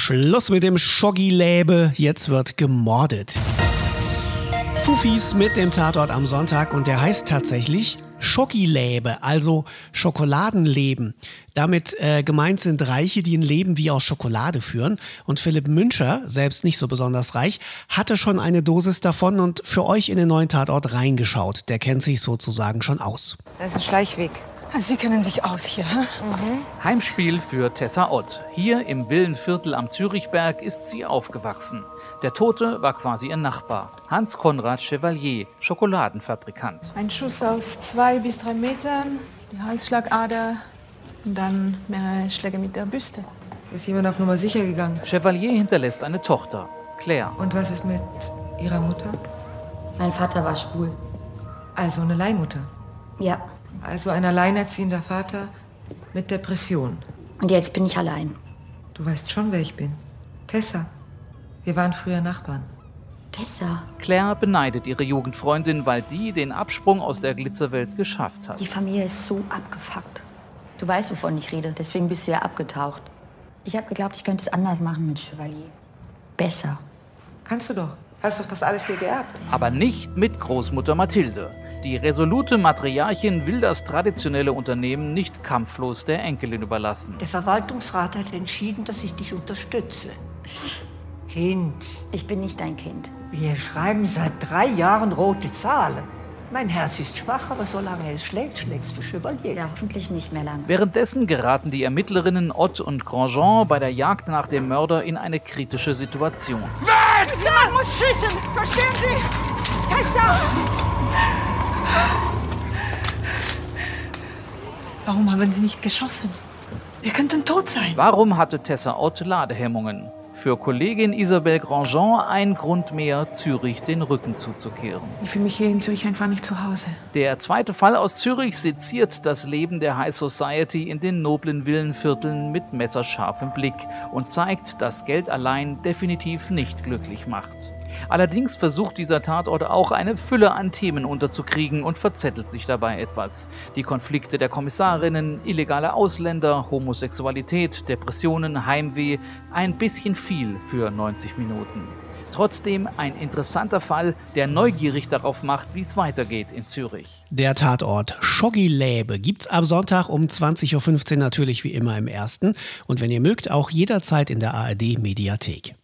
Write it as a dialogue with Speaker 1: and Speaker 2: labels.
Speaker 1: Schluss mit dem Schoggi-Läbe, jetzt wird gemordet. Fufis mit dem Tatort am Sonntag und der heißt tatsächlich Schokiläbe, also Schokoladenleben. Damit äh, gemeint sind Reiche, die ein Leben wie aus Schokolade führen. Und Philipp Münscher, selbst nicht so besonders reich, hatte schon eine Dosis davon und für euch in den neuen Tatort reingeschaut. Der kennt sich sozusagen schon aus.
Speaker 2: Da ist ein Schleichweg.
Speaker 3: Sie kennen sich aus hier. hm?
Speaker 4: Heimspiel für Tessa Ott. Hier im Villenviertel am Zürichberg ist sie aufgewachsen. Der Tote war quasi ihr Nachbar, Hans Konrad Chevalier, Schokoladenfabrikant.
Speaker 3: Ein Schuss aus zwei bis drei Metern, die Halsschlagader und dann mehrere Schläge mit der Büste.
Speaker 2: Ist jemand auf Nummer sicher gegangen?
Speaker 4: Chevalier hinterlässt eine Tochter, Claire.
Speaker 2: Und was ist mit ihrer Mutter?
Speaker 5: Mein Vater war schwul.
Speaker 2: Also eine Leihmutter.
Speaker 5: Ja.
Speaker 2: Also ein alleinerziehender Vater mit Depression.
Speaker 5: Und jetzt bin ich allein.
Speaker 2: Du weißt schon, wer ich bin. Tessa. Wir waren früher Nachbarn.
Speaker 5: Tessa,
Speaker 4: Claire beneidet ihre Jugendfreundin, weil die den Absprung aus der Glitzerwelt geschafft hat.
Speaker 5: die Familie ist so abgefuckt. Du weißt, wovon ich rede. Deswegen bist du ja abgetaucht. Ich habe geglaubt, ich könnte es anders machen mit Chevalier. Besser.
Speaker 2: Kannst du doch. Hast doch das alles hier geerbt.
Speaker 4: Aber nicht mit Großmutter Mathilde. Die resolute Matriarchin will das traditionelle Unternehmen nicht kampflos der Enkelin überlassen.
Speaker 6: Der Verwaltungsrat hat entschieden, dass ich dich unterstütze. Kind,
Speaker 5: Ich bin nicht dein Kind.
Speaker 6: wir schreiben seit drei Jahren rote Zahlen. Mein Herz ist schwach, aber solange es schlägt, schlägt es für Chevalier.
Speaker 5: Ja, hoffentlich nicht mehr lange.
Speaker 4: Währenddessen geraten die Ermittlerinnen Ott und Grandjean bei der Jagd nach dem Mörder in eine kritische Situation.
Speaker 3: Niemand muss schießen! Verstehen Sie? Tessa! Warum haben Sie nicht geschossen? Wir könnten tot sein.
Speaker 4: Warum hatte Tessa Ott Ladehemmungen? Für Kollegin Isabel Grandjean ein Grund mehr, Zürich den Rücken zuzukehren.
Speaker 3: Ich fühle mich hier in Zürich einfach nicht zu Hause.
Speaker 4: Der zweite Fall aus Zürich seziert das Leben der High Society in den noblen Villenvierteln mit messerscharfem Blick und zeigt, dass Geld allein definitiv nicht glücklich macht. Allerdings versucht dieser Tatort auch eine Fülle an Themen unterzukriegen und verzettelt sich dabei etwas. Die Konflikte der Kommissarinnen, illegale Ausländer, Homosexualität, Depressionen, Heimweh, ein bisschen viel für 90 Minuten. Trotzdem ein interessanter Fall, der neugierig darauf macht, wie es weitergeht in Zürich.
Speaker 1: Der Tatort Schoggiläbe gibt's ab Sonntag um 20.15 Uhr natürlich wie immer im ersten und wenn ihr mögt auch jederzeit in der ARD Mediathek.